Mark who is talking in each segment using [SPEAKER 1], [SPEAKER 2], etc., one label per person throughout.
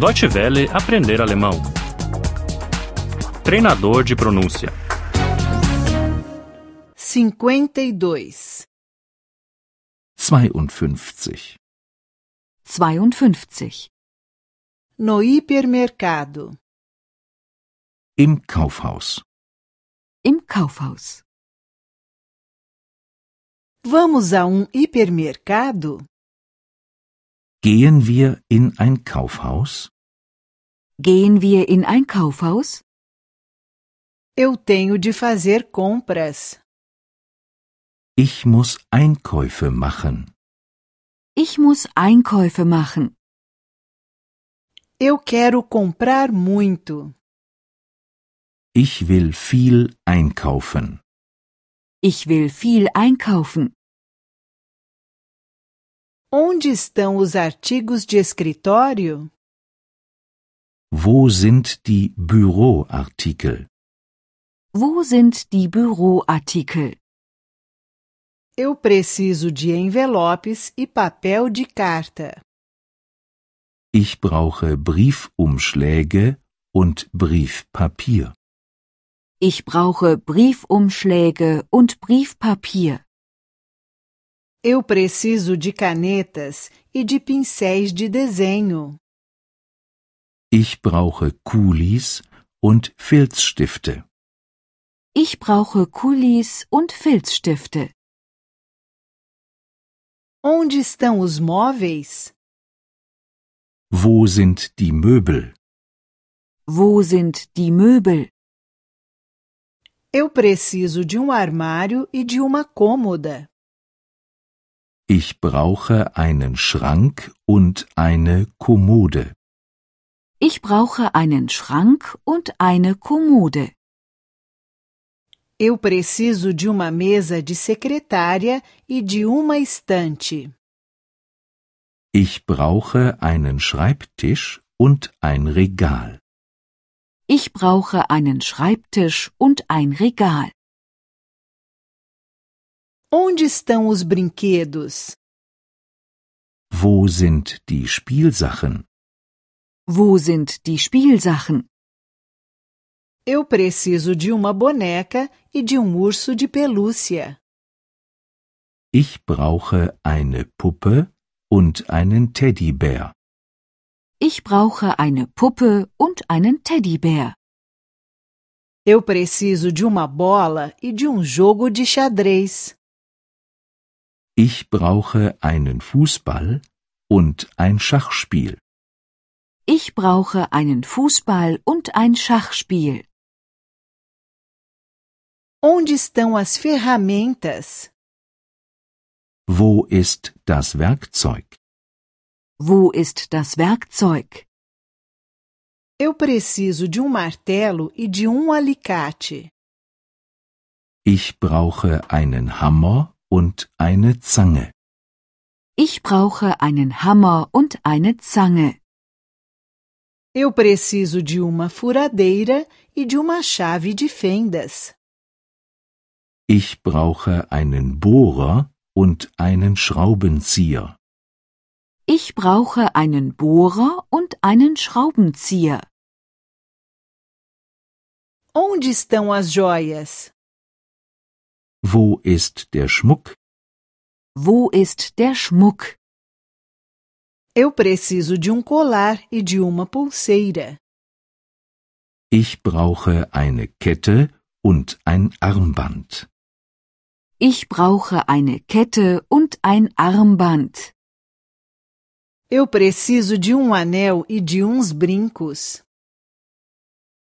[SPEAKER 1] Deutsche Welle aprender alemão. Treinador de pronúncia.
[SPEAKER 2] 52.
[SPEAKER 3] 52.
[SPEAKER 4] 52.
[SPEAKER 2] No hipermercado.
[SPEAKER 3] Im Kaufhaus.
[SPEAKER 4] Im Kaufhaus.
[SPEAKER 2] Vamos a um hipermercado?
[SPEAKER 3] Gehen wir in ein Kaufhaus?
[SPEAKER 4] Gehen wir in ein Kaufhaus?
[SPEAKER 2] Eu tenho de fazer compras.
[SPEAKER 3] Ich muss Einkäufe machen.
[SPEAKER 4] Ich muss Einkäufe machen.
[SPEAKER 2] Eu quero comprar muito.
[SPEAKER 3] Ich will viel einkaufen.
[SPEAKER 4] Ich will viel einkaufen.
[SPEAKER 2] Onde estão os artigos de escritório?
[SPEAKER 3] Wo sind die Büroartikel?
[SPEAKER 4] Wo sind die Büroartikel?
[SPEAKER 2] Eu preciso de envelopes e papel de carta.
[SPEAKER 3] Ich brauche Briefumschläge und Briefpapier.
[SPEAKER 4] Ich brauche Briefumschläge und Briefpapier.
[SPEAKER 2] Eu preciso de canetas e de pincéis de desenho.
[SPEAKER 3] Ich brauche Kulis und Filzstifte.
[SPEAKER 4] Ich brauche Kulis und Filzstifte.
[SPEAKER 2] Onde estão os móveis?
[SPEAKER 3] Wo sind die Möbel?
[SPEAKER 4] Wo sind die Möbel?
[SPEAKER 2] Eu preciso de um armário e de uma cômoda.
[SPEAKER 3] Ich brauche einen Schrank und eine Kommode.
[SPEAKER 4] Ich brauche einen Schrank und eine Kommode.
[SPEAKER 2] Eu preciso de uma mesa de secretária e de uma estante.
[SPEAKER 3] Ich brauche einen Schreibtisch und ein Regal.
[SPEAKER 4] Ich brauche einen Schreibtisch und ein Regal.
[SPEAKER 2] Onde estão os brinquedos?
[SPEAKER 3] Wo sind die Spielsachen?
[SPEAKER 4] Wo sind die Spielsachen?
[SPEAKER 2] Eu preciso de uma boneca e de um urso de pelúcia.
[SPEAKER 3] Ich brauche eine Puppe und einen Teddybär.
[SPEAKER 4] Ich brauche eine Puppe und einen Teddybär.
[SPEAKER 2] Eu preciso de uma bola e de um jogo de xadrez.
[SPEAKER 3] Ich brauche einen Fußball und ein Schachspiel.
[SPEAKER 4] Ich brauche einen Fußball und ein Schachspiel.
[SPEAKER 2] Onde estão as ferramentas?
[SPEAKER 3] Wo ist das Werkzeug?
[SPEAKER 4] Wo ist das Werkzeug?
[SPEAKER 2] Eu preciso de um martelo e de um alicate.
[SPEAKER 3] Ich brauche einen Hammer und eine Zange.
[SPEAKER 4] Ich brauche einen Hammer und eine Zange.
[SPEAKER 2] Eu preciso de uma furadeira e de uma chave de fendas.
[SPEAKER 3] Ich brauche einen Bohrer und einen Schraubenzieher.
[SPEAKER 4] Ich brauche einen Bohrer und einen Schraubenzieher.
[SPEAKER 2] Onde estão as joias?
[SPEAKER 3] Wo ist der Schmuck?
[SPEAKER 4] Wo ist der Schmuck?
[SPEAKER 2] Eu preciso de um colar e de uma pulseira.
[SPEAKER 3] Ich brauche eine Kette und ein Armband.
[SPEAKER 4] Ich brauche eine Kette und ein Armband.
[SPEAKER 2] Eu preciso de um anel e de uns brincos.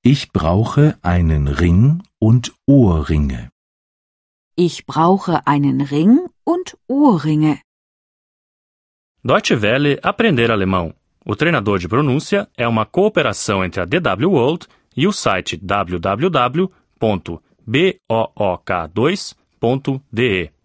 [SPEAKER 3] Ich brauche einen Ring und Ohrringe.
[SPEAKER 4] Ich brauche einen Ring und Ohrringe.
[SPEAKER 1] Deutsche Welle aprender alemão. O treinador de pronúncia é uma cooperação entre a DW World e o site www.book2.de.